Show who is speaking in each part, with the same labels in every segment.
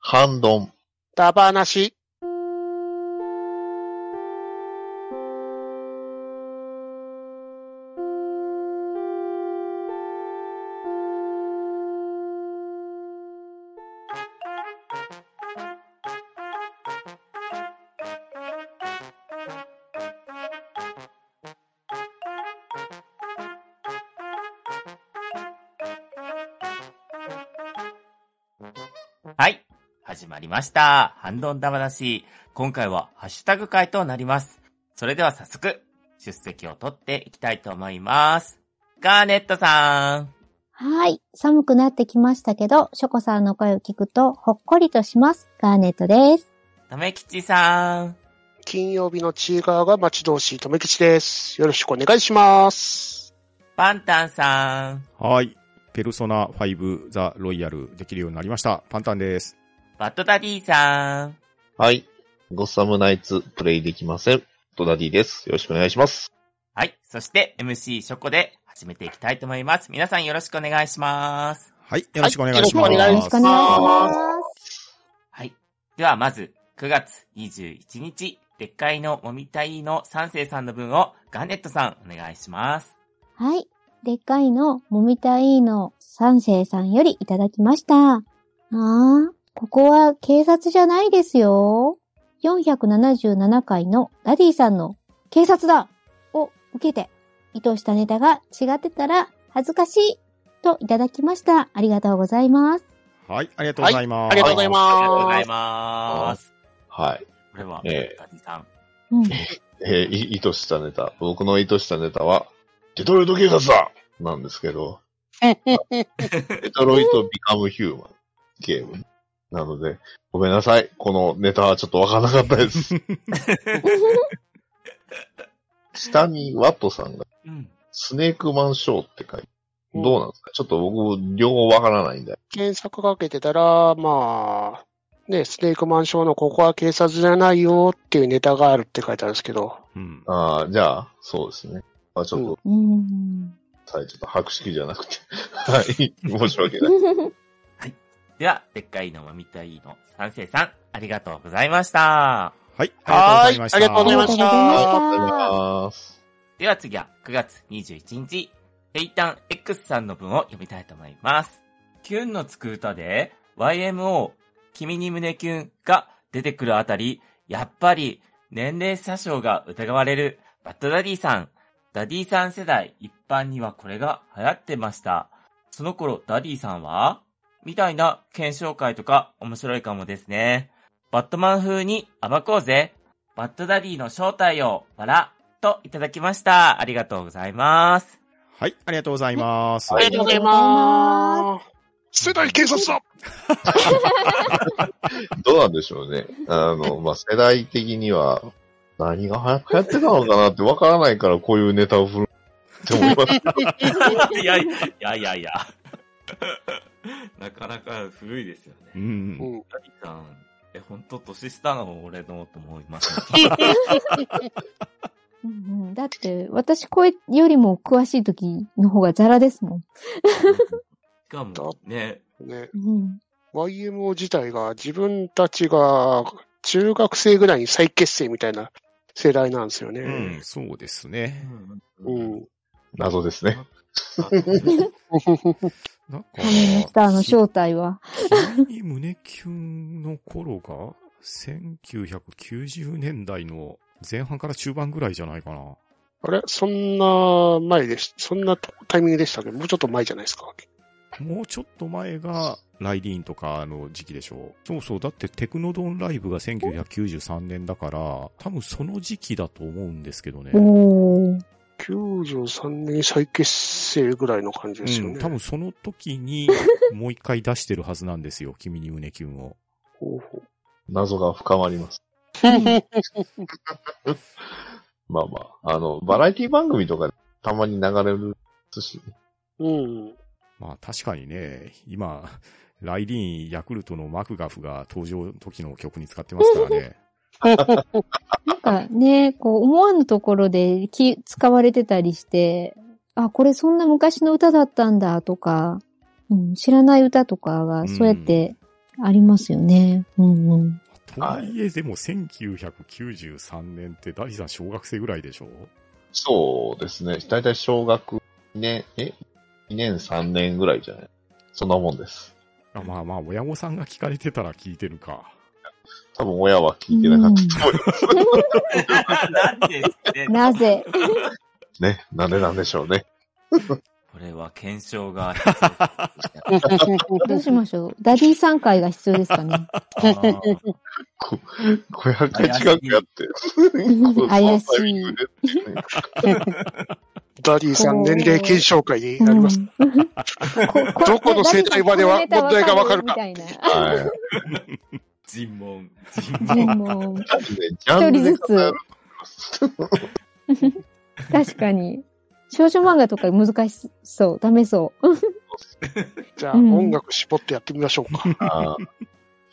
Speaker 1: 反論
Speaker 2: だばなし。
Speaker 3: はい。始まりました。ハンドンダ話。今回はハッシュタグ会となります。それでは早速、出席を取っていきたいと思います。ガーネットさん。
Speaker 4: はい。寒くなってきましたけど、ショコさんの声を聞くと、ほっこりとします。ガーネットです。
Speaker 3: ためきちさん。
Speaker 2: 金曜日のチーガーが待ち遠しい留吉です。よろしくお願いします。
Speaker 3: パンタンさん。
Speaker 5: はい。ペルソナ5ザ・ロイヤルできるようになりました。パンタンです。
Speaker 3: バットダディさん。
Speaker 1: はい。ゴッサムナイツプレイできません。ドダディです。よろしくお願いします。
Speaker 3: はい。そして、MC ショコで始めていきたいと思います。皆さんよろしくお願いします。
Speaker 5: はい。よろしくお願いしま
Speaker 2: は
Speaker 5: す。
Speaker 2: いよ
Speaker 4: よろ
Speaker 2: ろ
Speaker 4: し
Speaker 2: し
Speaker 4: く
Speaker 2: く
Speaker 4: お
Speaker 2: お
Speaker 4: 願
Speaker 2: 願
Speaker 4: い
Speaker 2: い
Speaker 4: し
Speaker 2: し
Speaker 4: ます。
Speaker 3: はい。ではまず、9月21日、でっかいのもみたいの三世さんの分をガーネットさんお願いします。
Speaker 4: はい。でっかいの、もみたいの三世さんよりいただきました。あー、ここは警察じゃないですよ。477回のダディさんの警察だを受けて、意図したネタが違ってたら恥ずかしいといただきました。ありがとうございます。
Speaker 5: はい。ありがとうございます。
Speaker 2: ありがとうござい
Speaker 3: ありがとうござ
Speaker 2: ま
Speaker 3: います。
Speaker 1: はい。
Speaker 3: これは、
Speaker 1: ええ
Speaker 3: ダディさん。
Speaker 4: うん。
Speaker 1: えーい意図したネタ。僕の意図したネタは、デトロイト警察だなんですけど、デトロイトビカムヒューマンゲーム。なので、ごめんなさい。このネタはちょっとわからなかった です。下にワットさんが、
Speaker 3: うん。
Speaker 1: スネークマンショーって書いて、
Speaker 2: うん
Speaker 1: どうなんですかちょっと僕、両方わからないんで。
Speaker 2: す。検索かけてたら、まあ、ね、スネークマンションのここは警察じゃないよっていうネタがあるって書いてあるんですけど、
Speaker 5: うん。
Speaker 1: ああ、じゃあ、そうですね。まあ、ちょっと、
Speaker 4: うん。
Speaker 1: はいちょっと白色じゃなくて。はい。申し訳ない。
Speaker 3: では、でっかいのもみたいの三世さん、ありがとうございました。
Speaker 5: はい。ありがとうございました。
Speaker 2: はいありがとうございました
Speaker 1: ありがとうございます。
Speaker 3: では次は9月21日、平坦 X さんの文を読みたいと思います。キュンのつく歌で YMO 君に胸キュンが出てくるあたり、やっぱり年齢詐称が疑われるバッドダディさん。ダディさん世代一般にはこれが流行ってました。その頃ダディさんはみたいな検証会とか面白いかもですね。バットマン風に暴こうぜ。バッドダディの正体を、わら、といただきました。ありがとうございます。
Speaker 5: はい。ありがとうございます。
Speaker 2: あ
Speaker 5: は
Speaker 2: り
Speaker 5: い。
Speaker 2: がとうございます。世代警察だ
Speaker 1: どうなんでしょうね。あの、まあ、世代的には、何がは流行ってたのかなってわからないから、こういうネタを振るって思います。
Speaker 3: いやいやいやいや。 なかなか古いですよ
Speaker 5: う
Speaker 3: ね。
Speaker 5: ん。
Speaker 3: ダディさん、え、ほんと年下の俺のと思い ます。
Speaker 4: うんうんだって、私声よりも詳しい時の方がザラですもん。
Speaker 3: しかもね、
Speaker 2: ね、
Speaker 4: うん、
Speaker 2: YMO 自体が自分たちが中学生ぐらいに再結成みたいな世代なんですよ
Speaker 5: う
Speaker 2: ね。
Speaker 5: ん。そうです
Speaker 3: う
Speaker 5: ね。
Speaker 3: ん
Speaker 2: うん。
Speaker 1: 謎です ね。
Speaker 5: なんか、
Speaker 4: スターの正体は。
Speaker 5: 君に胸キュンの頃が、1990年代の前半から中盤ぐらいじゃないかな。
Speaker 2: あれそんな前でし、そんなタイミングでしたっけど、もうちょっと前じゃないですか。
Speaker 5: もうちょっと前が、ライディーンとかの時期でしょう。そうそう。だってテクノドンライブが1993年だから、多分その時期だと思うんですけどね。
Speaker 4: おー。
Speaker 2: 93年再結成ぐらいの感じですよね。
Speaker 5: うん、多分その時に、もう一回出してるはずなんですよ。君に胸キュンを。
Speaker 2: ほうほう
Speaker 1: 謎が深まります。まあまあ、あの、バラエティ番組とかでたまに流れるし、
Speaker 2: うん。
Speaker 5: まあ確かにね、今、ライディーン、ヤクルトのマクガフが登場時の曲に使ってますからね。
Speaker 4: なんかね、こう、思わぬところでき使われてたりして、あ、これそんな昔の歌だったんだとか、うん、知らない歌とかが、そうやってありますよね。うんうん。
Speaker 5: とはいえ、でも1993年ってダリさん小学生ぐらいでしょ
Speaker 1: そうですね。だいたい小学2年、え ?2 年3年ぐらいじゃないそんなもんです。
Speaker 5: あまあまあ、親御さんが聞かれてたら聞いてるか。
Speaker 1: 多分親は聞いてなかったと思います。
Speaker 3: なんでしてんの
Speaker 4: なぜ
Speaker 1: ね。なんでなんでしょうね。
Speaker 3: これは検証が必要
Speaker 4: どうしましょうダディさん会が必要ですかね。
Speaker 3: あ ー
Speaker 1: 500回近くやって。
Speaker 4: 怪しい
Speaker 1: このタイミングで
Speaker 2: ダディさん年齢検証会になります。
Speaker 4: うんこ
Speaker 2: どこの生態までは
Speaker 4: ダディさんこのネタみたいな。
Speaker 1: はい。
Speaker 3: 尋問。尋
Speaker 4: で
Speaker 3: 問。
Speaker 4: も、
Speaker 1: ジャ
Speaker 4: 一
Speaker 1: ンル
Speaker 4: 人
Speaker 1: で
Speaker 4: ずつ。確かに。少女漫画とか難しそう、ダメそう。
Speaker 2: じゃあ、
Speaker 4: うん
Speaker 2: 音楽絞ってやってみましょうか。
Speaker 1: あー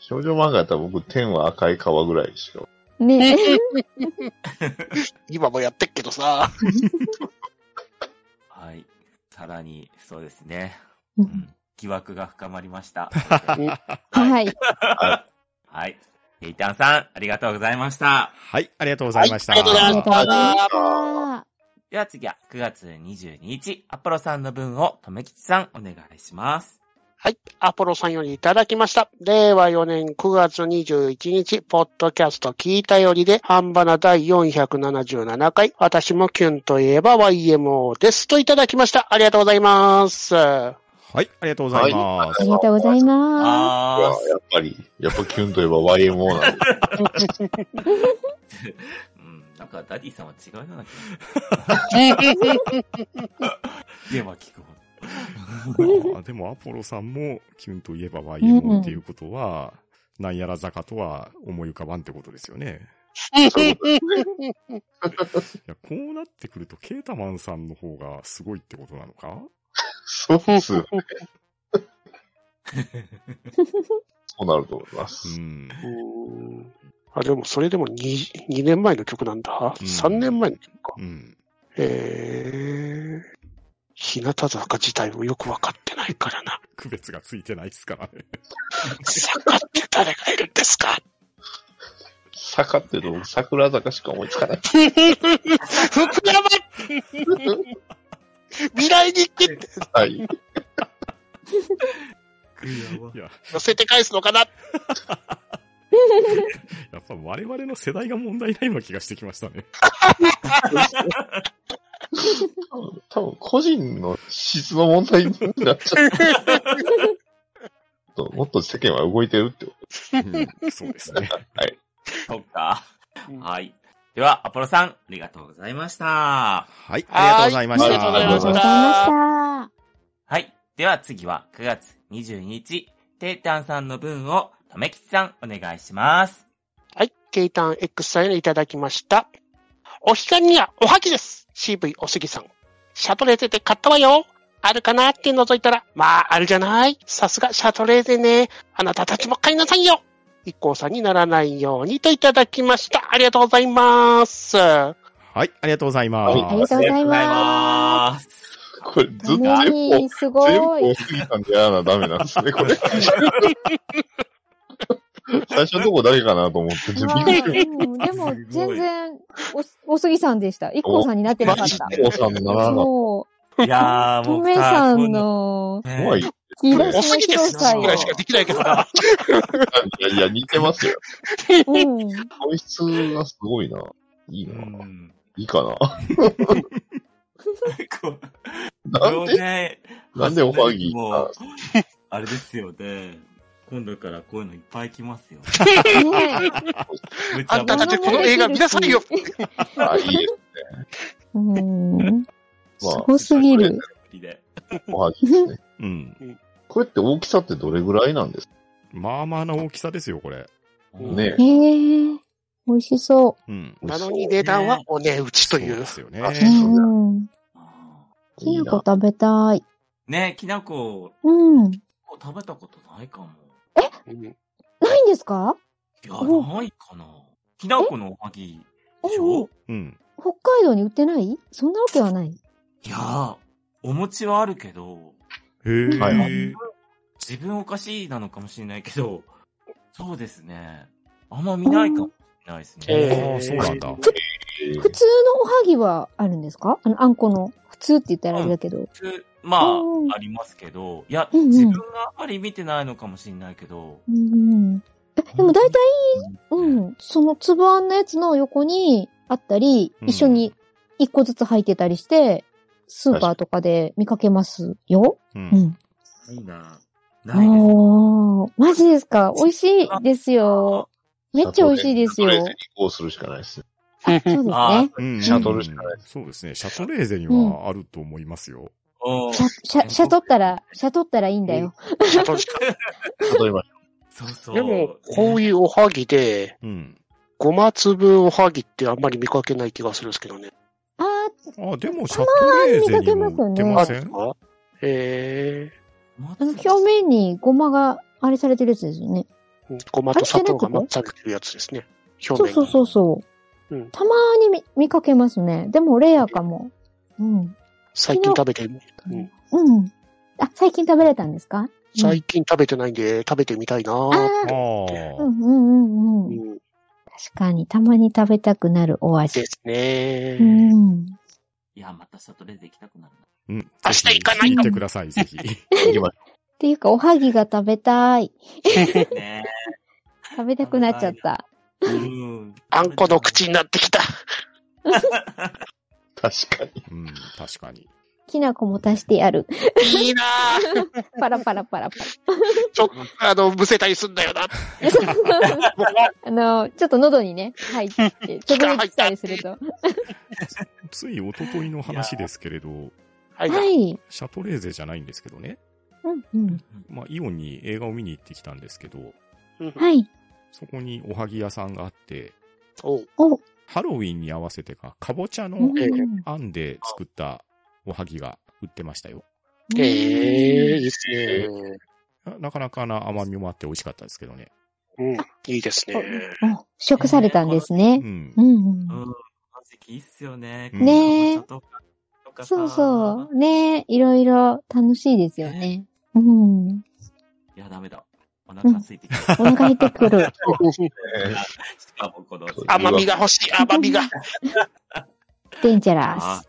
Speaker 1: 少女漫画やったら僕、天は赤い川ぐらいでしょ。
Speaker 4: ね
Speaker 2: 今もやってっけどさ。
Speaker 3: はい。さらに、そうですね。
Speaker 4: う
Speaker 3: うんん、疑惑が深まりました。
Speaker 4: はい。
Speaker 3: はい。ヘイタンさん、ありがとうございました。
Speaker 5: はい、ありがとうございました。
Speaker 2: はいありがとうござ
Speaker 4: あ
Speaker 2: い
Speaker 4: り
Speaker 2: まし
Speaker 4: がとうございました。
Speaker 3: では次は9月22日、アッポロさんの分を、とめきちさん、お願いします。
Speaker 2: はい。アポロさんよりいただきました。令和4年9月21日、ポッドキャスト聞いたよりで、半ばな第477回、私もキュンといえば YMO です。といただきました。ありがとうござい ます。
Speaker 5: はい、ありがとうございます。
Speaker 4: ありがとうございま
Speaker 1: うわ
Speaker 3: あ
Speaker 1: やっぱり、やっぱキュンといえば YMO なんだ。
Speaker 3: ー、うん、なんかダディさんは違うような気がする。では聞くほど。
Speaker 5: あーでもアポロさんもキュンといえば YMO っていうことは、なんやら坂とは思い浮かばんってことですよね。いや、こうなってくると、ケータマンさんの方がすごいってことなのか
Speaker 1: そうですね。そうなると思いま
Speaker 5: う
Speaker 1: す。
Speaker 5: ん。
Speaker 2: うんあ、でもそれでも 2, 2年前の曲なんだ。
Speaker 5: うん
Speaker 2: 3年前の曲か。
Speaker 5: うん。
Speaker 2: えー、日向坂自体もよくわかってないから な。
Speaker 5: 区別がついてないですから ね。
Speaker 2: 坂って誰がいるんですか
Speaker 1: 坂っていうと僕、桜坂しか思いつかない。
Speaker 2: 福山未来日記って
Speaker 1: はい。
Speaker 5: いや、
Speaker 2: 寄せて返すのか な
Speaker 5: やっぱ我々の世代が問題ないような気がしてきましたね。
Speaker 1: 多分、多分個人の質の問題になっちゃう。 もっと世間は動いてるってこ
Speaker 5: うん、そうですね。
Speaker 3: そっか。
Speaker 2: うん
Speaker 3: はい。では、アポロさん、ありがとうございました。
Speaker 5: はい、ありがとうございまし
Speaker 1: はい
Speaker 5: た。
Speaker 1: ありがとうございまし
Speaker 4: す。ありがとうご
Speaker 2: た
Speaker 4: ざいました。
Speaker 3: はい。では次は9月22日、テータンさんの分を、とめきちさん、お願いします。。
Speaker 2: はい。ケイタン X さんよりいただきました。おひかにはおはぎです !CV おすぎさん。シャトレーゼで買ったわよあるかなって覗いたら、まあ、あるじゃないさすがシャトレーゼね。あなたたちも買いなさいよ一行さんにならないようにといただきました。ありがとうございます。
Speaker 5: はい、ありがとうございま
Speaker 1: は
Speaker 4: あ
Speaker 5: す。
Speaker 4: りがとうございます
Speaker 1: と。これずっと
Speaker 4: ダ
Speaker 1: 全
Speaker 4: メ
Speaker 1: 部
Speaker 4: ージ、す
Speaker 1: 全部
Speaker 4: ごい
Speaker 1: 多。すぎたんでやらなダメなんですね、 これ。最初のとこだけかなと思って、
Speaker 4: まあうんでも、全然、お、おすぎさんでした。一個さんになってなかった。
Speaker 1: おさんならな。
Speaker 4: そ
Speaker 3: いや
Speaker 4: う、
Speaker 3: ー、
Speaker 4: と
Speaker 3: もう
Speaker 4: めさん、の、
Speaker 1: すごい。
Speaker 3: ね
Speaker 1: い
Speaker 4: 引き
Speaker 1: ね
Speaker 4: 出
Speaker 2: おすぎ
Speaker 4: し
Speaker 2: で
Speaker 4: の
Speaker 2: す
Speaker 4: 調査
Speaker 2: ぐらい
Speaker 4: よ。
Speaker 2: しかでき ないけどな。
Speaker 1: やいや、似てますよ。
Speaker 4: うん。
Speaker 1: こいつがすごいな。いいな。
Speaker 3: うん。
Speaker 1: いいかな。
Speaker 3: こ
Speaker 1: なん
Speaker 3: れを
Speaker 1: で
Speaker 3: ね
Speaker 1: なんでおはぎ
Speaker 3: もう、あれですよね。今度からこういうのいっぱい来ますよ。
Speaker 4: ね
Speaker 3: 無茶
Speaker 2: あ
Speaker 3: ぶ
Speaker 2: んた
Speaker 3: り
Speaker 2: たちこの映画見なさいよ
Speaker 1: あ、いいです。
Speaker 4: うん。
Speaker 1: ますあ
Speaker 4: ごすぎる。
Speaker 3: で。
Speaker 1: おはぎですね。
Speaker 5: うん。
Speaker 1: これって大きさってどれぐらいなんですか
Speaker 5: まあまあな大きさですよ、これ。
Speaker 1: ね
Speaker 4: ええ美味しそ
Speaker 5: うん。
Speaker 2: なのに値段はお値打ちとい
Speaker 5: そう
Speaker 2: う
Speaker 5: で。すよね。
Speaker 1: あ
Speaker 4: う。
Speaker 1: そうだ
Speaker 4: うん。きなこ食べたい。
Speaker 3: ねきなこ、
Speaker 4: うん。
Speaker 3: 食べたことないかも。
Speaker 2: うん
Speaker 4: ないんですか
Speaker 3: いや、
Speaker 4: お
Speaker 3: ないかな。きなこのおはぎでし
Speaker 4: お
Speaker 3: ょ
Speaker 4: お
Speaker 5: ん。
Speaker 4: 北海道に売ってないそんなわけはない。
Speaker 3: いやー、お餅はあるけど、
Speaker 5: へえ。
Speaker 1: はい
Speaker 3: 自分おかしいなのかもしれないけど、そうですね。あんま見ないかもしれないですね。
Speaker 2: えー
Speaker 5: ああ、そうなんだ。
Speaker 1: えー
Speaker 4: 普通のおはぎはあるんですかあの、あんこの、普通って言ったらあれだけど。
Speaker 3: 普通、まあ
Speaker 4: う、ん
Speaker 3: ありますけど、いや、
Speaker 4: うんうん
Speaker 3: 自分があまり見てないのかもしれないけど、
Speaker 4: うんうん。え、でも大体、うん、その粒あんのやつの横にあったり、
Speaker 5: うん
Speaker 4: 一緒に一個ずつ入ってたりして、スーパーとかで見かけますよ。
Speaker 5: う。
Speaker 4: うんん。
Speaker 3: ないな。
Speaker 4: あ
Speaker 3: ないです。
Speaker 4: ー、マジですか美味しいですよ。めっちゃ美味しいですよ。
Speaker 1: シャトレー
Speaker 4: そ
Speaker 1: ゼに移行するしかないですね。
Speaker 4: うです
Speaker 3: あ
Speaker 4: ね。
Speaker 5: うん
Speaker 1: シャトルしかない
Speaker 5: そうですね。シャトレーゼにはあると思いますよ。
Speaker 3: うん
Speaker 4: シャ、シャ、シャ取ったら、シャ取ったらいいんだよ。
Speaker 2: シャトルしか。
Speaker 1: 例えば、
Speaker 3: そうそう。
Speaker 2: でも、こういうおはぎで、
Speaker 5: うん。
Speaker 2: ごま粒おはぎってあんまり見かけない気がするんですけどね。
Speaker 4: あ
Speaker 5: あ、でもシャトレーゼにも売ってま
Speaker 2: あ
Speaker 5: せ
Speaker 2: るんです
Speaker 5: ん
Speaker 2: かへ
Speaker 3: 松
Speaker 4: ー、あの、表面にごまがあれされてるやつですよね。
Speaker 2: え。ごまと砂糖がまっされてるやつですね。表
Speaker 4: そう
Speaker 2: 面
Speaker 4: そうそうそう。
Speaker 2: うん
Speaker 4: たまーに見見かけますね。でもレアかも。うん。
Speaker 2: 最近食べて、うん
Speaker 4: うん。あ、最近食べれたんですか
Speaker 2: 最近食べてないんで食べてみたいな
Speaker 4: あ
Speaker 2: ぁ。
Speaker 4: あ、う
Speaker 5: ああ。
Speaker 4: んうんうん
Speaker 2: う
Speaker 4: うん。
Speaker 2: ん、
Speaker 4: 確かに、たまに食べたくなるお味
Speaker 2: で。すね
Speaker 4: う。ん。
Speaker 3: いや、またシャトレーゼ行きたくなるな。
Speaker 5: うん。
Speaker 2: 明日行かない
Speaker 5: ぜひ聞いてください、ぜ ひ。
Speaker 1: 行きまし
Speaker 4: っていうか、おはぎが食べたい。
Speaker 3: ね
Speaker 4: 食べたくなっちゃった。
Speaker 3: え。うん。
Speaker 2: あんこの口になってきた。
Speaker 1: ょう確かに。
Speaker 5: うん、確かに。
Speaker 4: きな粉も足してやる。
Speaker 2: いいなぁ。
Speaker 4: パラパラパラパ
Speaker 2: ちょ、あの、むせたりすんだよな。
Speaker 4: ラ。あの、ちょっと喉にね、入って、ちょっときたりすると。
Speaker 5: つい一昨日の話ですけれど、
Speaker 2: はい。
Speaker 4: はい。
Speaker 5: シャトレーゼじゃないんですけどね。
Speaker 4: うんうん。
Speaker 5: まあ、イオンに映画を見に行ってきたんですけど、
Speaker 4: はい。
Speaker 5: そこにおはぎ屋さんがあって、
Speaker 2: おう
Speaker 4: お、
Speaker 5: ハロウィンに合わせてか、かぼちゃ
Speaker 4: う
Speaker 5: の
Speaker 4: んうん。
Speaker 5: あんで作ったおはぎが売ってましたよ。
Speaker 2: ええいいっすね。
Speaker 5: ななかなかな甘みもあって美味しかったですけどね。
Speaker 2: うん、いいですね。
Speaker 4: あ、試食されたんですね
Speaker 5: う。ん
Speaker 4: う。ん
Speaker 3: うん。
Speaker 4: う
Speaker 3: この時期いいっすよね。
Speaker 5: ね
Speaker 4: え
Speaker 3: ちょっとかとか
Speaker 4: ん。
Speaker 3: さ
Speaker 4: そうそう。ねいろいろ楽しいですよね。うん。
Speaker 3: いや、ダメだ。お腹空いてきた。
Speaker 4: お腹減ってくる。
Speaker 3: しかもこの、
Speaker 2: 甘みが欲しい、甘みが。
Speaker 4: デンジャラス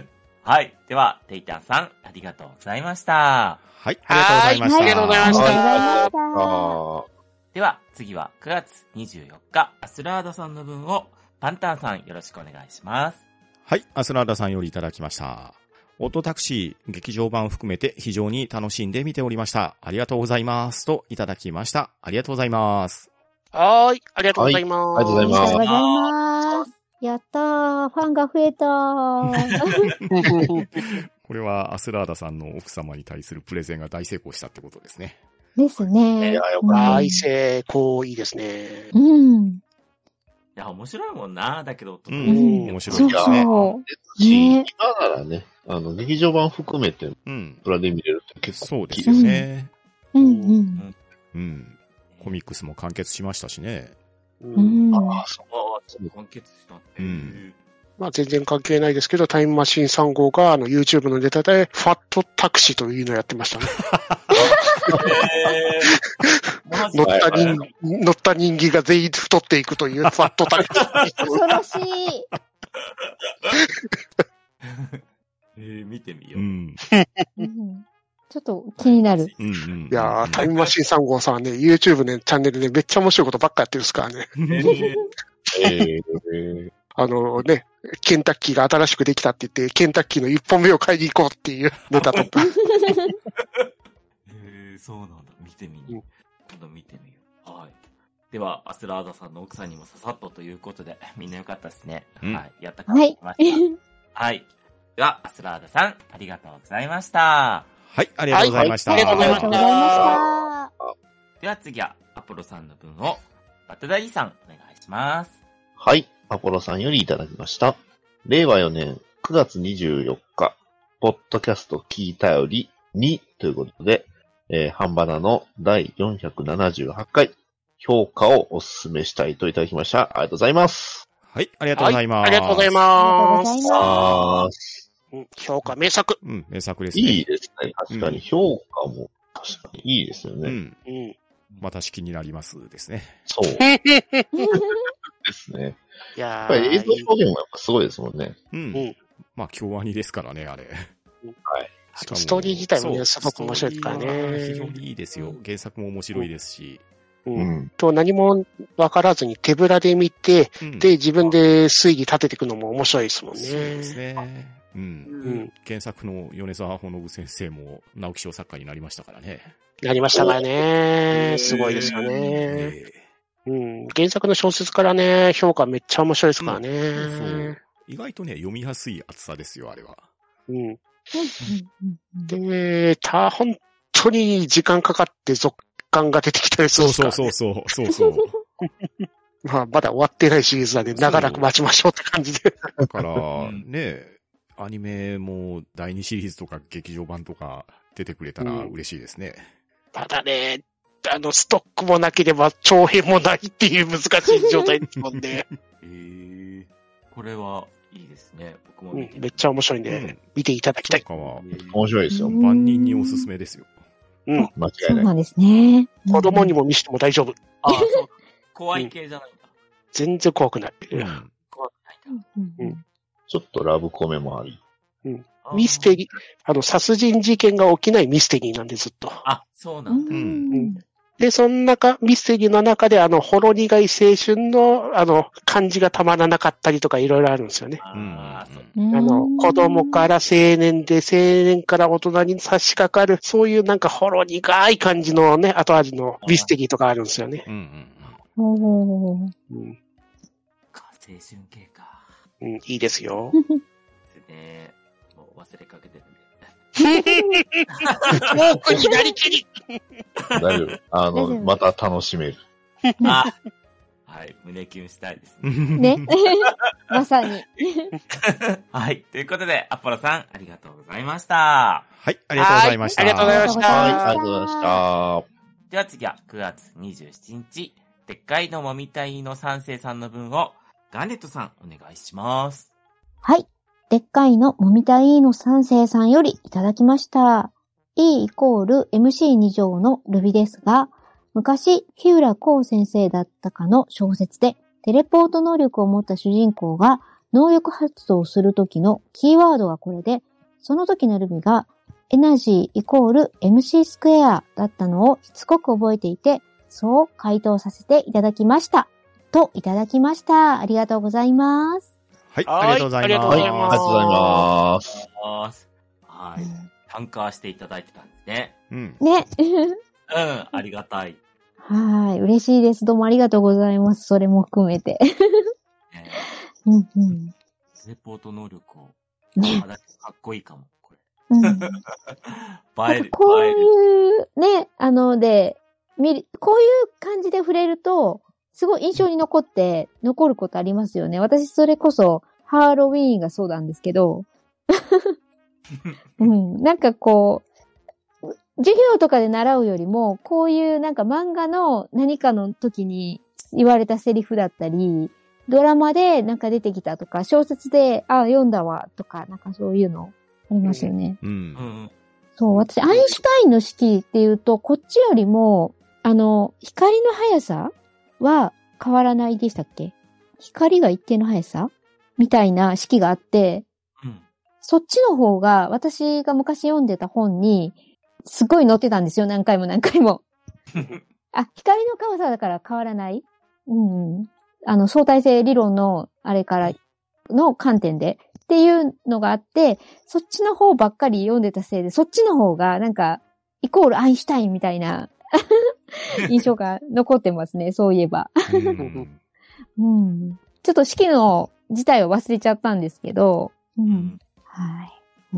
Speaker 3: あ。はい。では、テイタンさん、ありがとうございました。
Speaker 5: はい、ありがとうござ
Speaker 2: はいありが
Speaker 5: いました。
Speaker 2: とうございました
Speaker 4: ありがとうございました。
Speaker 1: あ
Speaker 3: では、次は9月24日、アスラーダさんの分を、パンタンさん、よろしくお願いします。
Speaker 5: はい、アスラーダさんよりいただきました。オートタクシー、劇場版含めて非常に楽しんで見ておりました。ありがとうございます。といただきました。ありがとうございます。
Speaker 2: はーい、ありがとうございます。
Speaker 1: はいありがとうござい
Speaker 4: あり
Speaker 1: ます
Speaker 4: がとうございます。やったー。ファンが増えたー。
Speaker 5: これはアスラーダさんの奥様に対するプレゼンが大成功したってことですね。
Speaker 4: です
Speaker 1: ー
Speaker 4: ね。
Speaker 1: いや、よ
Speaker 4: う
Speaker 1: か
Speaker 4: ん
Speaker 2: 大成功、いいですね。
Speaker 4: うん。
Speaker 3: いや、面白いもんな。だけど、
Speaker 5: う
Speaker 3: 男の
Speaker 5: ん、
Speaker 3: 子
Speaker 5: 面白い
Speaker 4: そう
Speaker 5: です
Speaker 1: いや
Speaker 5: ね。
Speaker 4: そ
Speaker 1: ったし、
Speaker 4: ね
Speaker 1: 今ならね、あの、劇場版含めて、
Speaker 5: うん。
Speaker 1: プラで見れるって結構
Speaker 5: そう
Speaker 1: 大
Speaker 5: で
Speaker 1: きい
Speaker 5: すよね。
Speaker 4: う。うん
Speaker 5: うん。コミックスも完結しましたしね。
Speaker 2: う
Speaker 4: うんん。うん。
Speaker 1: ああ、そ
Speaker 3: ああ、完結したって。
Speaker 5: うん
Speaker 2: まあ、全然関係ないですけど、タイムマシーン3号があの YouTube のネタで、ファットタクシーというのをやってましたね。
Speaker 3: えー、マジ
Speaker 2: 乗っ
Speaker 3: か
Speaker 1: は
Speaker 2: た
Speaker 1: い
Speaker 2: 人、乗った人間が全員太っていくというファットタクシー。
Speaker 4: 恐ろしい。
Speaker 3: えー、見てみよ
Speaker 5: う
Speaker 3: う。
Speaker 5: ん。
Speaker 4: うんちょっと気に なる。
Speaker 5: うんうん。
Speaker 2: いや
Speaker 5: う
Speaker 2: ー、
Speaker 5: ん
Speaker 2: タイムマシーン3号さんはね、YouTube ね、チャンネルでめっちゃ面白いことばっかやってるんですからね。
Speaker 3: えー
Speaker 1: う。えー、
Speaker 2: あのね、ケンタッキーが新しくできたって言って、ケンタッキーの1本目を買いに行こうっていうネタとか。
Speaker 3: えー、そうなんだ。見てみ
Speaker 2: う
Speaker 3: に
Speaker 2: ん。
Speaker 3: 今度見てみよう。はい。では、アスラーダさんの奥さんにもささっとということで、みんなよかったですね。
Speaker 5: うん
Speaker 3: はい。やったか
Speaker 4: は
Speaker 3: ら来
Speaker 4: い
Speaker 3: ました。。はい。では、アスラーダさん、ありがとうございました。
Speaker 5: はい、ありがとうございました。
Speaker 2: はいありがとうございま
Speaker 4: ありがと
Speaker 2: し
Speaker 4: うご
Speaker 2: た
Speaker 4: ざいま
Speaker 3: では次は、アポロさんの分を、バタダリさん、お願いします。
Speaker 1: はい。アポロさんよりいただきました。令和4年9月24日、ポッドキャスト聞いたより2ということで、えー、ハンバナの第478回、評価をお勧めしたいといただきました。ありがとうございます。
Speaker 5: はい、ありがとうございます。
Speaker 2: ありがとうござい
Speaker 4: ありがとうご
Speaker 2: ま
Speaker 4: ざい
Speaker 2: す。
Speaker 4: ま
Speaker 1: あー、
Speaker 4: す。
Speaker 2: うん評価名作。
Speaker 5: うん、名作ですね。
Speaker 1: いいですね。確か
Speaker 5: うん
Speaker 1: に評価も、確かに。いいですよ
Speaker 5: う
Speaker 1: ね。
Speaker 5: ん。
Speaker 2: うん。
Speaker 5: 私気になりますですね。
Speaker 1: そうで
Speaker 2: い
Speaker 1: すね。やっ
Speaker 2: やー
Speaker 1: ぱり映像表現もやっぱすごいですもんね。
Speaker 5: うん。
Speaker 2: うん
Speaker 5: まあ、京アニですからね、あれ。しかも
Speaker 2: ストーリー自体もね
Speaker 5: そう
Speaker 2: すごく面白いですからね
Speaker 5: ストーリーは非常にいいですよ。原作も面白いですし。
Speaker 2: う。
Speaker 1: うんん。
Speaker 2: と、何も分からずに手ぶらで見て、
Speaker 5: うん
Speaker 2: で、自分で推理立てていくのも面白いですもんね。
Speaker 5: そうですね。うん。
Speaker 2: うん。
Speaker 5: 原作の米沢ほのぶ先生も直木賞作家になりましたからね。
Speaker 2: なりましたからね
Speaker 1: お。
Speaker 2: すごいですよね。
Speaker 5: ええ
Speaker 2: うん。原作の小説からね、評価めっちゃ面白いですから
Speaker 5: そう
Speaker 2: ね。。
Speaker 5: 意外とね、読みやすい厚さですよ、あれは。
Speaker 2: うん。
Speaker 4: うんうんうん
Speaker 2: で、た、本当に時間かかって続感が出てきたりす
Speaker 5: そ
Speaker 2: るん
Speaker 5: う
Speaker 2: ですか
Speaker 5: そ
Speaker 2: ら
Speaker 5: う
Speaker 2: ね
Speaker 5: そうそう。そうそう。
Speaker 2: まあ、まだ終わってないシリーズなんで、
Speaker 5: そう
Speaker 2: 長らく待ちましょうって感じで。
Speaker 5: だから、
Speaker 3: ん
Speaker 5: ね、アニメも第2シリーズとか劇場版とか出てくれたら嬉しいですね。
Speaker 2: ただね、あの、ストックもなければ長編もないっていう難しい状態ですもんね。
Speaker 3: えー、これはいいですね。僕 も
Speaker 2: う
Speaker 3: 見
Speaker 2: ん
Speaker 3: て
Speaker 2: めっちゃ面白いん
Speaker 5: う
Speaker 2: で、
Speaker 5: ん。
Speaker 2: 見ていただきた
Speaker 5: なん
Speaker 2: い。
Speaker 5: かは、
Speaker 1: 面白いですよ。
Speaker 4: うん
Speaker 5: 万人におすすめですよ。
Speaker 1: 間違
Speaker 4: そ
Speaker 1: いうない。
Speaker 4: なんですね。
Speaker 2: 子供に
Speaker 4: も。
Speaker 2: も見せても大丈夫。
Speaker 3: あ、そう。怖い系じゃないんだ。
Speaker 2: 全然怖くない。
Speaker 5: うん。
Speaker 3: 怖くないんだ。
Speaker 4: うんうん
Speaker 1: ちょっとラブコメもあ り。
Speaker 3: あー
Speaker 2: ミステリー、あの、殺人事件が起きないミステリーなんで、ずっと。
Speaker 3: あ、そう
Speaker 4: う
Speaker 3: なんだ。
Speaker 4: ん
Speaker 2: で、その中、ミステリーの中で、あの、ほろ苦い青春の、あの、感じがたまらなかったりとか、いろいろあるんですよね。
Speaker 3: あーそう。
Speaker 4: うん
Speaker 2: あの、子供から青年で、青年から大人に差し掛かる、そういうなんかほろ苦い感じのね、後味のミステリーとかあるんですよね。
Speaker 5: うんうん
Speaker 4: ほうほうほう
Speaker 2: うん、
Speaker 3: か青春系か。
Speaker 2: うん、いいです よ。
Speaker 3: ですね。もう忘れかけてるんで。
Speaker 2: 多くになりきり
Speaker 1: 大丈夫。あ
Speaker 4: 大丈
Speaker 1: の、
Speaker 4: 夫
Speaker 1: また楽しめる。
Speaker 3: あ、はい。胸キュンしたいです
Speaker 5: う
Speaker 3: ね。
Speaker 5: ん。
Speaker 4: ね。 まさに。
Speaker 3: はい。ということで、アポロさん、ありがとうございました。
Speaker 5: はい、ありがとうございました。
Speaker 2: ありがとうございまし
Speaker 4: あ
Speaker 1: はい、
Speaker 4: り
Speaker 1: あ
Speaker 4: が
Speaker 1: りが
Speaker 2: た。
Speaker 4: とう
Speaker 1: とう
Speaker 4: ご
Speaker 1: ございま
Speaker 4: ざいまし
Speaker 1: したた。
Speaker 3: では次は9月27日、でっかいのもみたいの三世さんの分を、ガーネットさん、お願いします。
Speaker 4: はい。でっかいのもみたいの三世さんよりいただきました。E イコール MC2 乗のルビですが、昔、日浦光先生だったかの小説で、テレポート能力を持った主人公が能力発動するときのキーワードがこれで、その時のルビが、エナジーイコール MC スクエアだったのをしつこく覚えていて、そう回答させていただきました。と、いただきました。ありがとうございます。
Speaker 5: はい、
Speaker 2: はい
Speaker 5: ありがとうございます。
Speaker 2: あ
Speaker 1: は
Speaker 2: り
Speaker 1: い、あり
Speaker 2: がとう
Speaker 1: がとうございます。
Speaker 3: はい。参加していただいてたんですね。
Speaker 5: うん。
Speaker 4: ね。
Speaker 3: うん、ありがたい。
Speaker 4: はい。嬉しいです。どうもありがとうございます。それも含めて。
Speaker 3: えー
Speaker 4: うんうん。
Speaker 3: レポート能力を。
Speaker 4: ね
Speaker 3: あだかっこいいかも、これ。
Speaker 4: うん、なんか
Speaker 3: 映える、
Speaker 4: こう
Speaker 3: 映える。
Speaker 4: いう、ね、あの、で、見る、こういう感じで触れると、すごい印象に残って、残ることありますよね。私、それこそ、ハロウィーンがそうなんです けど、うん。なんかこう、授業とかで習うよりも、こういうなんか漫画の何かの時に言われたセリフだったり、ドラマでなんか出てきたとか、小説で、あ、読んだわ、とか、なんかそういうのありますよね。
Speaker 5: う。
Speaker 3: うんんうん。
Speaker 4: そう、私、アインシュタインの式っていうと、こっちよりも、あの、光の速さは変わらないでしたっけ光が一定の速さみたいな式があって、
Speaker 3: うん。
Speaker 4: そっちの方が私が昔読んでた本にすごい載ってたんですよ。何回も何回も。あ、光の川さだから変わらないうんうん。あの、相対性理論のあれからの観点でっていうのがあって、そっちの方ばっかり読んでたせいで、そっちの方がなんか、イコールアインシュタインみたいな印象が残ってますね。そういえば。
Speaker 5: うん
Speaker 4: うん。ちょっと式の自体を忘れちゃったんですけど、う
Speaker 3: うんん。
Speaker 4: は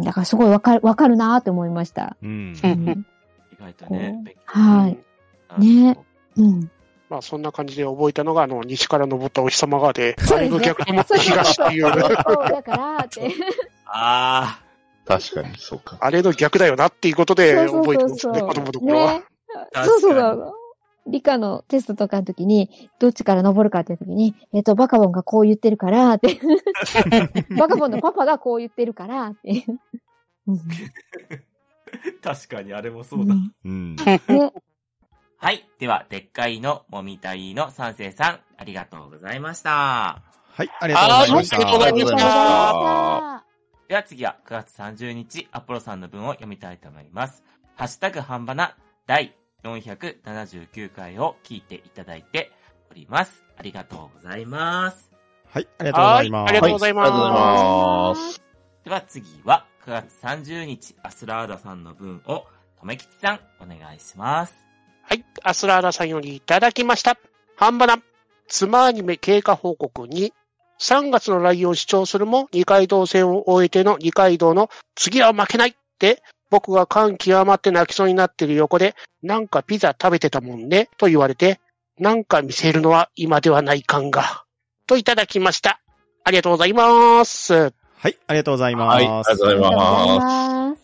Speaker 4: い。だからすごいわかる、わかるなーって思いました。
Speaker 5: うん。
Speaker 4: う。
Speaker 2: うん
Speaker 3: 意外とね
Speaker 4: こう、
Speaker 3: 勉強
Speaker 4: はい
Speaker 3: になる
Speaker 4: ねうん。
Speaker 2: まあ、そんな感じで覚えたのが、あの、西から登ったお日様がで、
Speaker 4: そ
Speaker 2: あれ
Speaker 4: うですね
Speaker 2: が逆にもって東っていう、
Speaker 4: そう、だからって。
Speaker 3: あ
Speaker 1: 確かに、そうか。
Speaker 2: あれの逆だよなっていうことで 覚えてますね、子供の頃は。
Speaker 4: ね。
Speaker 3: かに
Speaker 4: そうそうそう。理科のテストとかの時に、どっちから登るかっていう時に、えっ、と、バカボンがこう言ってるか ら、って。バカボンのパパがこう言ってるから、って。うん
Speaker 3: 確かにあれもそうだ。
Speaker 4: ん
Speaker 5: うん。
Speaker 4: ね
Speaker 3: はい。では、でっかいのもみたいの三世さん、ありがとうございました。
Speaker 5: はい、ありがとうございました。
Speaker 2: はいありがとうございました
Speaker 4: ありが
Speaker 3: では次は9月30日、アポロさんの文を読みたいと思います。ハッシュタグ半ばな第479回を聞いていただいております。ありがとうございます。
Speaker 5: はい、ありがとうございま
Speaker 2: はい
Speaker 5: す。
Speaker 2: ありがとうございます
Speaker 1: はいありがとうございます。
Speaker 3: では次は9月30日、アスラーダさんの文を、とめきちさん、お願いします。
Speaker 2: はい、アスラーダさんよりいただきました。半ばな、妻アニメ経過報告に、3月のライオンを主張するも、二階堂戦を終えての二階堂の次は負けないで、僕が感極まって泣きそうになってる横で、なんかピザ食べてたもんね、と言われて、なんか見せるのは今ではない感が、といただきました。ありがとうございます。
Speaker 5: はい、ありがとうございます。
Speaker 1: はい、ありがとうござい
Speaker 4: とうござい
Speaker 1: ま
Speaker 4: ま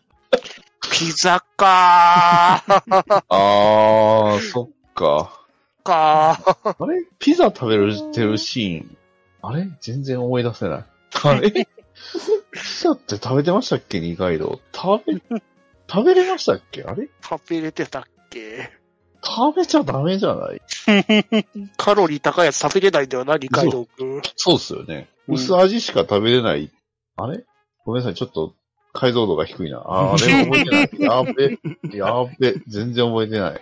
Speaker 4: す。
Speaker 2: ピザかー。
Speaker 1: す。あー、そっか。
Speaker 2: かー。
Speaker 1: あれピザ食べるてるシーン。あれ全然思い出せない。あれピザって食べてましたっけ二階堂。食べ、食べれましたっけあれ
Speaker 2: 食べれてたっけ
Speaker 1: 食べちゃダメじゃない
Speaker 2: カロリー高いやつ食べれないんだよな、二階堂くん。
Speaker 1: そうっすよね。
Speaker 2: うん
Speaker 1: 薄味しか食べれない。あれごめんなさい、ちょっと解像度が低いな。あーあれ覚えてない。やべ、やべ、全然覚えてない。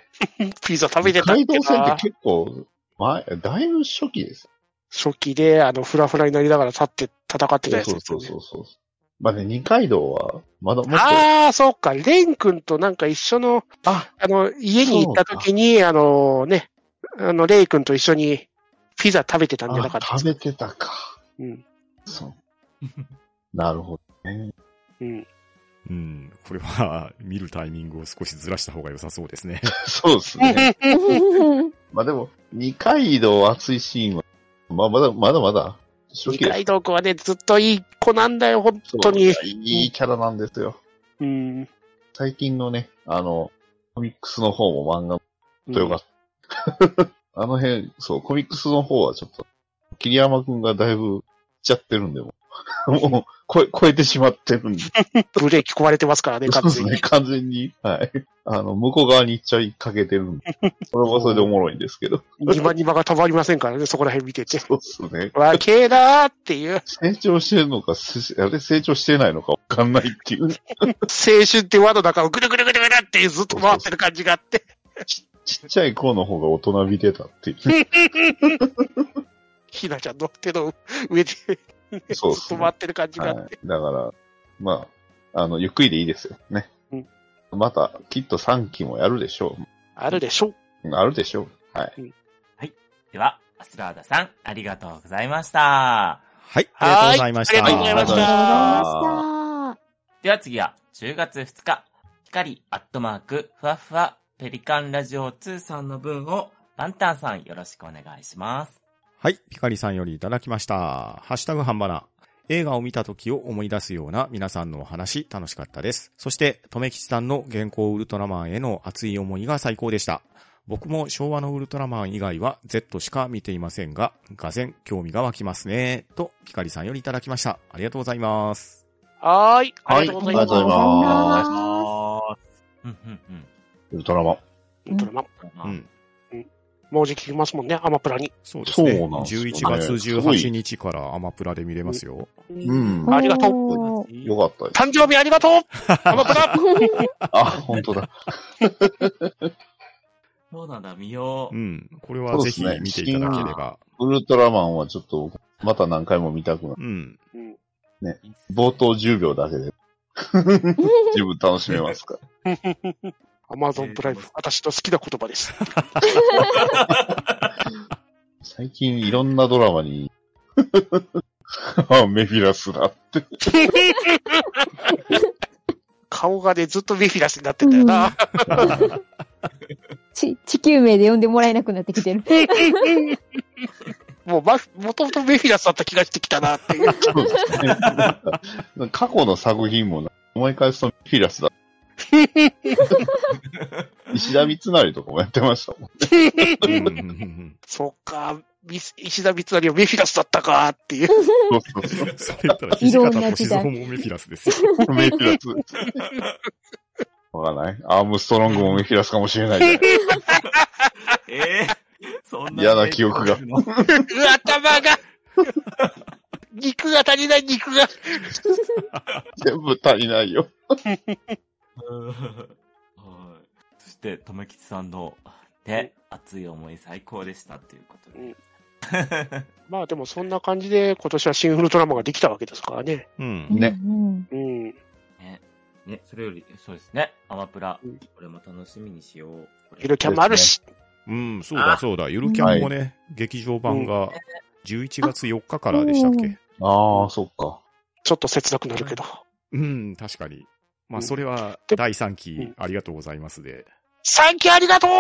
Speaker 2: ピザ食べてたっ
Speaker 1: 街
Speaker 2: け
Speaker 1: 道線っ
Speaker 2: な
Speaker 1: て結構、前、だいぶ初期です。
Speaker 2: 初期で、あの、フラフラになりながら立って戦ってたや
Speaker 1: そ
Speaker 2: つで
Speaker 1: う
Speaker 2: す
Speaker 1: そ
Speaker 2: よ
Speaker 1: う
Speaker 2: ね。
Speaker 1: そうそう。まあね、二階堂は、まだもっと、
Speaker 2: ああ、そうか。レン君となんか一緒の、
Speaker 1: あ、
Speaker 2: あの、家に行った時に、あのね、あの、レイ君と一緒にピザ食べてたんじゃなかった
Speaker 1: あ
Speaker 2: です
Speaker 1: 食
Speaker 2: か
Speaker 1: べてたか。
Speaker 2: うん。
Speaker 1: そう。 なるほどね。
Speaker 2: うん。
Speaker 5: うん、これは、見るタイミングを少しずらした方が良さそうですね。
Speaker 1: そうです ね。
Speaker 4: う
Speaker 1: まあでも、二階堂熱いシーンは、まあまだ、まだまだ、初
Speaker 2: 二
Speaker 1: 期です
Speaker 2: 階。堂くんはね、ずっといい子なんだよ、本当に。
Speaker 1: そういいキャラなんですよ。
Speaker 2: うん。
Speaker 1: 最近のね、あの、コミックスの方も漫画
Speaker 2: うん
Speaker 1: とよかった。あの辺、そう、コミックスの方はちょっと、桐山くんがだいぶ、行っちゃってるんで、もう もう、超え、超えてしまってるんで。
Speaker 2: ブレーキ壊れてますからね、
Speaker 1: そ
Speaker 2: 完
Speaker 1: うです
Speaker 2: 全
Speaker 1: ね、
Speaker 2: に。
Speaker 1: 完全に。はい。あの、向こう側に行っちゃいかけてる んで。それもそれでおもろいんですけど。
Speaker 2: ニマニマがたまりませんからね、そこら辺見てて。
Speaker 1: そうですね。
Speaker 2: わけだーっていう、
Speaker 1: 成長してるのか、すあれ成長してないのかわかんないっていう。
Speaker 2: 青春って輪の中をぐるぐるぐるぐるってずっと回ってる感じがあって。
Speaker 1: ちっちゃい子の方が大人びてたっていう。
Speaker 2: ひなちゃんの手の上で、
Speaker 1: そうで
Speaker 2: ずっ
Speaker 1: す
Speaker 2: と
Speaker 1: ね
Speaker 2: 回。ってる感じがあって。
Speaker 1: はい、だから、まあ、あの、ゆっくりでいいですよ。ね。
Speaker 2: うん
Speaker 1: また、きっと3期もやるでしょ
Speaker 2: あるでしょ
Speaker 1: う。あるでしょう。はい。
Speaker 3: では、アスラーダさん、ありがとうございました。
Speaker 5: はい、ありがとうございました。
Speaker 2: はいありがとうございました
Speaker 4: ございま
Speaker 3: では次は、10月2日、光アットマーク、ふわふわ、ペリカンラジオ2さんの文を、ランタンさん、よろしくお願いします。
Speaker 5: はい、ピカリさんよりいただきました。ハッシュタグハンバナ。映画を見た時を思い出すような皆さんのお話楽しかったです。そして、とめきちさんの原稿ウルトラマンへの熱い思いが最高でした。僕も昭和のウルトラマン以外は Z しか見ていませんが、がぜん興味が湧きますね。と、ピカリさんよりいただきました。ありがとうございます。
Speaker 2: はーい。あ
Speaker 1: はい
Speaker 2: りがとう
Speaker 1: あ
Speaker 2: ござい
Speaker 1: りがとうござい
Speaker 2: ま。
Speaker 1: ますあ
Speaker 3: うん、うん、うん。
Speaker 1: ウルトラマン。
Speaker 2: ウルトラマン
Speaker 3: まあ
Speaker 5: うん。
Speaker 2: もうじき聞きますもんね、アマプラに。
Speaker 5: そうですね。
Speaker 1: そうなんですよね
Speaker 5: 11月18日からアマプラで見れますよ。
Speaker 1: うん
Speaker 4: す。
Speaker 2: ありがとう。
Speaker 4: う。
Speaker 1: よかったです。
Speaker 2: 誕生日あり がとうアマプラ
Speaker 1: あ、本当だ。
Speaker 3: そうなんだ、見よ
Speaker 5: う
Speaker 3: う。
Speaker 5: ん。これはぜひ
Speaker 1: そうですね
Speaker 5: 見ていただければ。
Speaker 1: ウルトラマンはちょっと、また何回も見たくなる。
Speaker 5: うん。
Speaker 2: うん
Speaker 1: 冒頭10秒だけで。十分楽しめますから。
Speaker 2: アマゾンプライム、私の好きな言葉 です。
Speaker 1: 最近いろんなドラマに、 あ、メフィラスだって。
Speaker 2: 顔がね、ずっとメフィラスになってんだよな。
Speaker 4: ち、地球名で呼んでもらえなくなってきてる。
Speaker 2: もう、ま、もともとメフィラスだった気がしてきたなっていう。
Speaker 1: そうですね。過去の作品もな思い返すとメフィラスだ。石田三成とかもやってましたもん。
Speaker 5: うんうんうんうん
Speaker 2: そっか、ミス石田三成はメフィラスだったかって いう。
Speaker 1: そうそうそう。
Speaker 5: それ言ったら、土方歳三もメフィラスですよ。
Speaker 1: メフィラス。 わかんないアームストロングもメフィラスかもしれないじゃ ない。
Speaker 3: えー、そんな。
Speaker 1: 嫌な記憶が。
Speaker 2: うわ頭が 肉が足りない肉が。
Speaker 1: 全部足りないよ。
Speaker 3: はいそして、とめきちさんの、ね、熱い思い最高でしたっていうことで。
Speaker 2: まあでもそんな感じで今年はシン・ウルトラマンができたわけですからね。
Speaker 5: うん。
Speaker 1: ね
Speaker 4: うん
Speaker 2: うん。
Speaker 3: ね、それより、そうですね。アマプラ
Speaker 2: うん、
Speaker 3: これも楽しみにしよう。これ
Speaker 2: ゆるキャンもあるし。
Speaker 5: うん、そうだそうだ。ゆるキャンもね、劇場版が11月4日からでしたっけ
Speaker 1: ああ、そっか。
Speaker 2: ちょっと切なくなるけど。
Speaker 5: うん、確かに。まあ、
Speaker 2: うん
Speaker 5: それは
Speaker 2: で
Speaker 5: 第3
Speaker 2: う
Speaker 5: 期
Speaker 2: ん
Speaker 5: ありがとうございますで。
Speaker 2: サンキューありがとう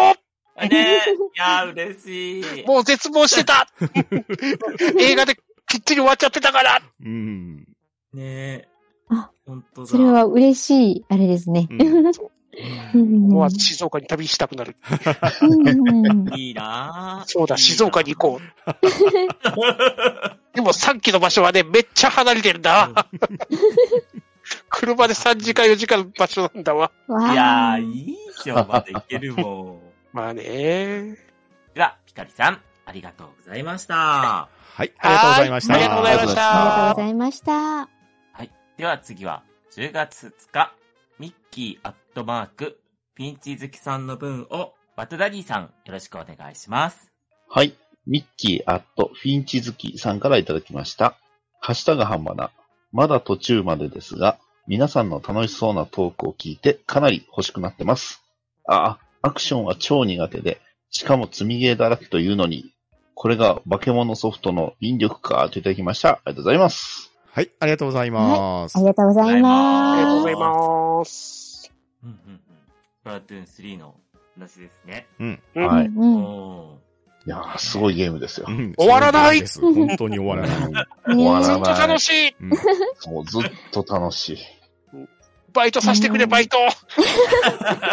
Speaker 3: あねいやー、嬉しい。
Speaker 2: もう絶望して た映画できっちり終わっちゃってたから
Speaker 5: うん。
Speaker 3: ねえ。
Speaker 4: あ、
Speaker 3: 本当だ。
Speaker 4: それは嬉しい、あれですね。
Speaker 5: うん
Speaker 4: うん
Speaker 2: もう静岡に旅したくなる。
Speaker 4: うん
Speaker 3: いいな
Speaker 2: そうだ、静岡に 行こう。でもさっきの場所はね、めっちゃ離れてるんだ。車で3時間4時間の場所なんだわ。
Speaker 4: わ
Speaker 3: い
Speaker 4: あ
Speaker 3: やー、いいじゃん、まだ行けるもん。
Speaker 2: まあね。
Speaker 3: では、ピカリさん、ありがとうございました。
Speaker 5: はい、ありがとうございました。
Speaker 2: はありがとうございまし
Speaker 4: ありが
Speaker 2: た
Speaker 4: とうご。ざいました。
Speaker 3: はい。では次は、10月2日、ミッキーアットマーク、ピンチ好きさんの分を、バトダディさん、よろしくお願いします。
Speaker 1: はい。ミッキーアットフィンチ好きさんからいただきました。ハッシュタグ半ばな。まだ途中までですが、皆さんの楽しそうなトークを聞いてかなり欲しくなってます。ああ、アクションは超苦手で、しかも積みゲーだらけというのに、これが化け物ソフトの引力かといただきました。ありがとうございます。
Speaker 5: はい、ありがとうございます
Speaker 4: あ。りがとうござい
Speaker 2: ありがとう
Speaker 4: ま
Speaker 2: ご
Speaker 4: す
Speaker 2: ざ。います。
Speaker 3: うんうんうん。スプラトゥーン3の話ですね。
Speaker 5: うん。
Speaker 2: うん
Speaker 1: はい。い
Speaker 4: うん
Speaker 3: お
Speaker 1: やー、すごいゲームですよ
Speaker 5: う。ん
Speaker 2: 終わらない
Speaker 5: そうです本当に終わらない。
Speaker 1: 終わ
Speaker 2: ず
Speaker 1: ら
Speaker 2: っと
Speaker 1: ない
Speaker 2: 楽。しい。
Speaker 5: うん
Speaker 1: もうずっと楽しい。
Speaker 2: バイトさせてくれ、バイト。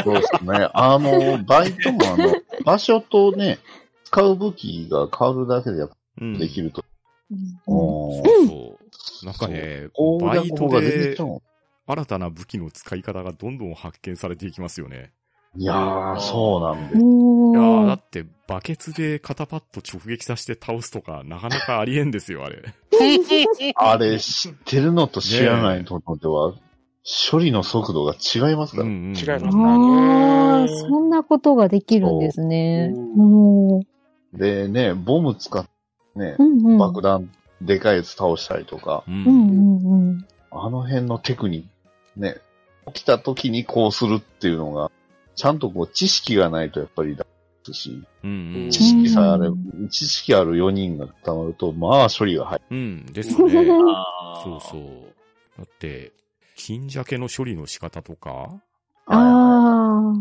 Speaker 1: そうですね。あの、バイトもあの、場所とね、使う武器が変わるだけでやっぱ
Speaker 5: うん
Speaker 1: できると。
Speaker 4: うん
Speaker 1: おー
Speaker 5: そう。なんかね、
Speaker 1: 攻
Speaker 5: バイ
Speaker 1: 略
Speaker 5: ト
Speaker 1: 法が全然違
Speaker 5: で
Speaker 1: うの
Speaker 5: 新たな武器の使い方がどんどん発見されていきますよね。
Speaker 1: いやー、そうなんで。
Speaker 5: いやー
Speaker 4: お
Speaker 5: だ
Speaker 4: ー
Speaker 5: ってバケツで肩パッド直撃させて倒すとか、なかなかありえんですよ、あれ。
Speaker 1: あれ、知ってるのと知らないのとでは、処理の速度が違いますから。
Speaker 5: んん
Speaker 2: 違います
Speaker 4: あ
Speaker 2: ねな
Speaker 4: ーそんなことができるんですね。
Speaker 2: そう
Speaker 4: おー
Speaker 1: でね、ボム使って、ね
Speaker 4: う、んうん。
Speaker 1: 爆弾、でかいやつ倒したりとか、
Speaker 5: う。
Speaker 4: うんんうんうん。
Speaker 1: あの辺のテクニック、ね、起きた時にこうするっていうのが、ちゃんとこう知識がないとやっぱりだですし、
Speaker 5: うん
Speaker 1: 知識さえあれ
Speaker 4: う、
Speaker 1: 知識ある4人が固まると、まあ処理が入る。
Speaker 5: うん。ですね。
Speaker 3: ーあー
Speaker 5: そうそう。だって、金鮭の処理の仕方とか、
Speaker 4: あ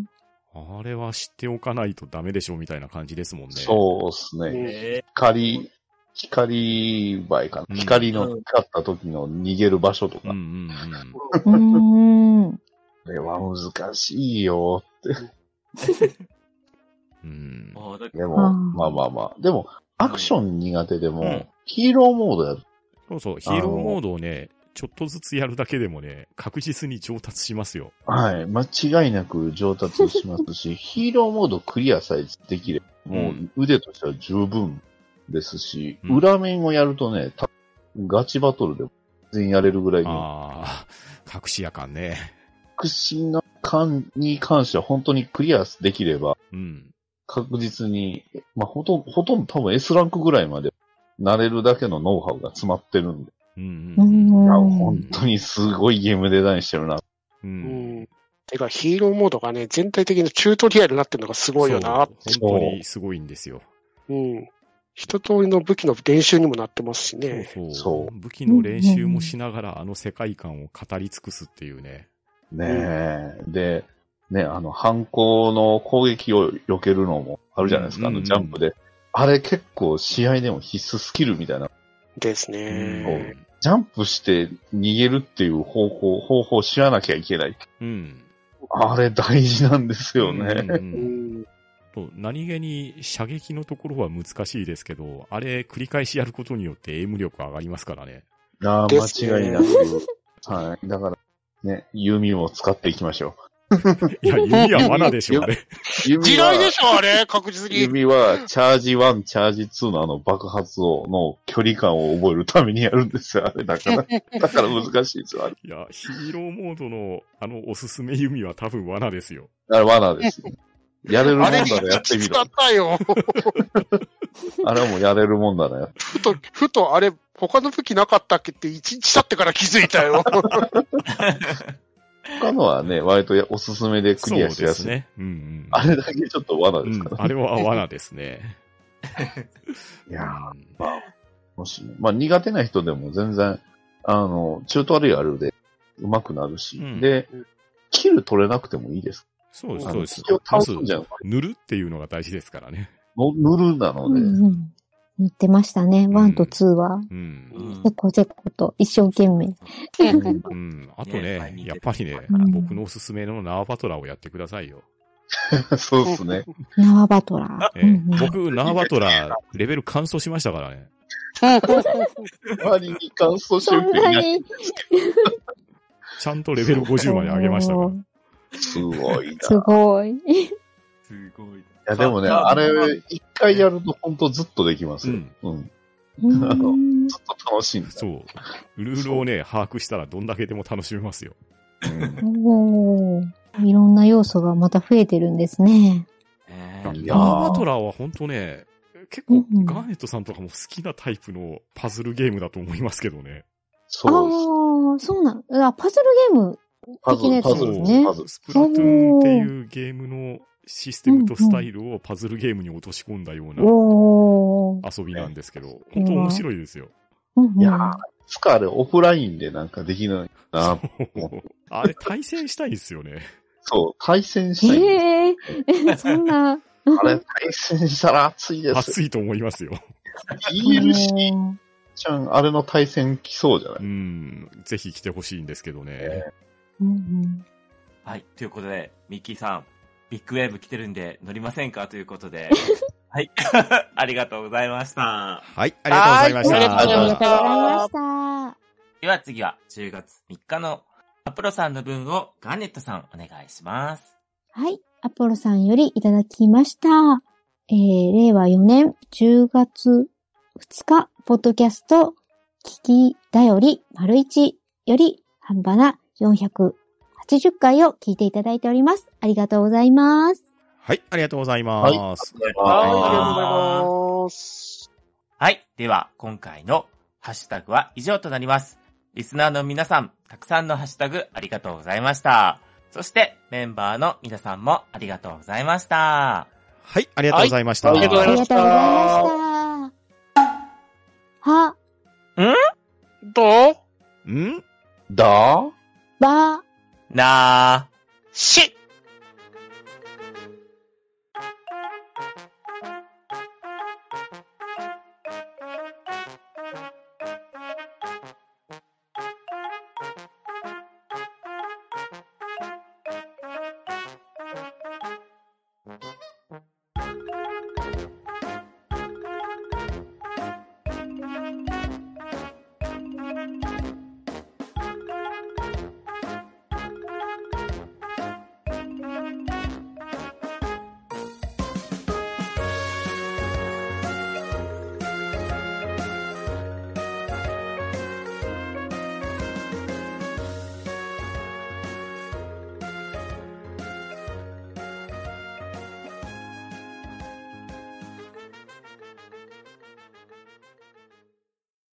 Speaker 4: あ。
Speaker 5: あれは知っておかないとダメでしょみたいな感じですもんね。
Speaker 1: そうですね。
Speaker 3: え
Speaker 1: 光、光映えかな。
Speaker 5: うん
Speaker 1: 光
Speaker 3: う
Speaker 1: の
Speaker 3: ん
Speaker 1: 光った時の逃げる場所とか。
Speaker 5: うんうんう
Speaker 4: うー
Speaker 5: ん。
Speaker 4: ん。
Speaker 1: これは難しいよ。
Speaker 5: うん
Speaker 3: ー、。もうだ
Speaker 1: でも、
Speaker 4: あー
Speaker 1: まあまあまあ。でも、アクション苦手でも、
Speaker 5: うん
Speaker 1: ヒーローモードやる。
Speaker 5: そうそう、ヒーローモードをね、ちょっとずつやるだけでもね、確実に上達しますよ。
Speaker 1: はい。間違いなく上達しますし、 ヒーローモードクリアさえできれば、も
Speaker 5: うん
Speaker 1: う腕としては十分ですし、
Speaker 5: うん
Speaker 1: 裏面をやるとね、たガチバトルでも全然やれるぐらいの、
Speaker 5: ああ、隠しやかんね。
Speaker 1: 確信の感に関しては本当にクリアできれば、
Speaker 5: うん。
Speaker 1: 確実に、まあ、ほとんど、ほとんど多分 S ランクぐらいまでなれるだけのノウハウが詰まってるんで、
Speaker 5: うん
Speaker 4: う
Speaker 5: うん。
Speaker 1: いや
Speaker 4: んうん
Speaker 1: 本当にすごいゲームデザインしてるな。
Speaker 5: う。
Speaker 2: うんん。てか、ヒーローモードがね、全体的にチュートリアルになってるのがすごいよな。
Speaker 5: そう本当にすごいんですよ。
Speaker 2: うん。一通りの武器の練習にもなってますし
Speaker 5: そう
Speaker 2: ね。
Speaker 5: そう。
Speaker 1: そう
Speaker 5: 武器の練習もしながら、あの世界観を語り尽くすっていうね。
Speaker 1: ねえ。で、ね、あの、反抗の攻撃を避けるのもあるじゃないですか、
Speaker 5: うん
Speaker 1: あのジャンプで。あれ結構試合でも必須スキルみたいな。
Speaker 2: です
Speaker 5: う
Speaker 2: ね。
Speaker 5: ん。
Speaker 1: ジャンプして逃げるっていう方向、方法を知らなきゃいけない。
Speaker 5: うん。
Speaker 1: あれ大事なんですよね。
Speaker 5: うんうんう
Speaker 2: うんん。
Speaker 5: と何気に射撃のところは難しいですけど、あれ繰り返しやることによってエイム力上がりま すからね。
Speaker 1: ああ、
Speaker 2: ですね
Speaker 1: 間違いなく。はい。だから、ね、弓を使っていきましょ
Speaker 5: いや、弓は罠でしょ、あれ。
Speaker 1: う。弓は
Speaker 2: 地雷でしょ、あれ、確実に。
Speaker 1: 指は、チャージ1、チャージ2のあの爆発を、の距離感を覚えるためにやるんですよ、あれ。だから、だから難しいですよ、あれ。
Speaker 5: いや、ヒーローモードのあのおすすめ弓は多分罠ですよ。
Speaker 1: あれ、罠です、ね。やれるも
Speaker 2: あ
Speaker 1: んな
Speaker 2: れ、
Speaker 1: らやってみろ
Speaker 2: だ。ったよ。
Speaker 1: あれはもうやれるもんならやっ
Speaker 2: ふと、ふと、あれ、他の武器なかったっけって一日経ってから気づいたよ。
Speaker 1: 他のはね、割とやおすすめでク
Speaker 5: そう
Speaker 1: リ
Speaker 5: で
Speaker 1: アしやすい。
Speaker 5: すね。うんうん。
Speaker 1: あれだけちょっと罠
Speaker 5: う
Speaker 1: です
Speaker 5: ん
Speaker 1: から。
Speaker 5: あれは罠ですね。
Speaker 1: いやー
Speaker 5: うん
Speaker 1: もし、まあ苦手な人でも全然、あの、チュートリアルで上手くなるし、
Speaker 5: うん
Speaker 1: で、キル取れなくてもいいです。
Speaker 5: そうです、
Speaker 1: あ
Speaker 5: そう
Speaker 1: の
Speaker 5: です
Speaker 1: 敵を。
Speaker 5: ま
Speaker 1: 倒す、
Speaker 5: ず
Speaker 1: んじゃなく
Speaker 5: 塗るっていうのが大事ですからね。
Speaker 1: の塗るなの
Speaker 4: う
Speaker 1: で、
Speaker 4: んうん。塗ってましたね、ワンとツーは。
Speaker 5: うん。
Speaker 3: うん
Speaker 4: せこせこと、一生懸
Speaker 1: う
Speaker 4: 命。
Speaker 1: ん
Speaker 5: うん。あとね、
Speaker 3: ね
Speaker 5: やっぱりね、
Speaker 4: うん
Speaker 5: 僕のおすすめのナーバトラをやってくださいよ。
Speaker 1: そうですね。
Speaker 4: 縄バトラー。
Speaker 5: ええ
Speaker 4: うんうん
Speaker 5: 僕、ナーバトラ、レベル完走しましたからね。
Speaker 1: 周りに乾燥して
Speaker 4: そ
Speaker 1: るっ
Speaker 4: ん
Speaker 1: てい
Speaker 4: な
Speaker 1: ない。
Speaker 4: に。
Speaker 5: ちゃんとレベル50まで上げましたから。
Speaker 1: すごい
Speaker 4: す
Speaker 1: な。
Speaker 4: ごい。
Speaker 3: すごい。い
Speaker 1: いや、でもね、あれ、一回やると本当ずっとできますよ。うん。
Speaker 4: うん
Speaker 1: ずっと楽しいんだ。
Speaker 5: そう。ルールをね、把握したらどんだけでも楽しめますよ。
Speaker 1: うん
Speaker 4: おーいろんな要素がまた増えてるんですね。
Speaker 5: ナ
Speaker 1: い
Speaker 5: ー
Speaker 1: やー
Speaker 5: バトラは本当ね、結構、ガーネットさんとかも好きなタイプのパズルゲームだと思いますけどね。
Speaker 4: ああ
Speaker 1: そうです。
Speaker 4: ー、そうなん。あ、パズルゲーム。
Speaker 1: パズル、パ
Speaker 4: そ
Speaker 1: ズ
Speaker 4: うで
Speaker 1: ル
Speaker 4: す、ね
Speaker 1: パズル。
Speaker 5: スプラトゥーンっていうゲームのシステムとスタイルをパズルゲームに落とし込んだような
Speaker 4: おー。
Speaker 5: 遊びなんですけど、本当面白いですよ。
Speaker 4: うんうん
Speaker 1: いやー、いつかあれオフラインでなんかできないかな。
Speaker 5: あれ、対戦したいですよね。
Speaker 1: そう、対戦したいんです。
Speaker 4: ええ、そん な。
Speaker 1: あれ、対戦したら熱いです
Speaker 5: 熱
Speaker 1: よ。
Speaker 5: いと思いますよ。
Speaker 1: DLC ちゃん、あれの対戦来そうじゃな
Speaker 5: う
Speaker 1: い
Speaker 5: ん、ぜひ来てほしいんですけどね。
Speaker 4: うん
Speaker 3: はい。ということで、ミッキーさん、ビッグウェーブ来てるんで乗りませんかということ で。はい。ありがとうございました。
Speaker 5: はい、ありがとうございました。
Speaker 2: はいありがとうございました
Speaker 4: ありがとうございました。
Speaker 3: では次は10月3日のアプロさんの分をガーネットさんお願いします。
Speaker 4: はい。アポロさんよりいただきました。えー、令和4年10月2日、ポッドキャスト、聞きだより丸1より半ばな480回を聞いていただいております。ありがとうございます。
Speaker 5: はい、ありがとうござい
Speaker 1: はい。ありがとう
Speaker 5: ます。
Speaker 1: ござい
Speaker 2: はい、ありが
Speaker 1: ま
Speaker 2: とうございます。
Speaker 3: はい。では今回のハッシュタグは以上となります。リスナーの皆さん、たくさんのハッシュタグありがとうございました。そしてメンバーの皆さんもありがとうございました。
Speaker 5: はい、ありがとうございました。
Speaker 1: ありがとうご
Speaker 4: あ
Speaker 1: ざ
Speaker 4: り
Speaker 1: いま
Speaker 4: がとうございました。は、
Speaker 2: どうん
Speaker 1: だ
Speaker 4: ば、
Speaker 3: なー。
Speaker 2: し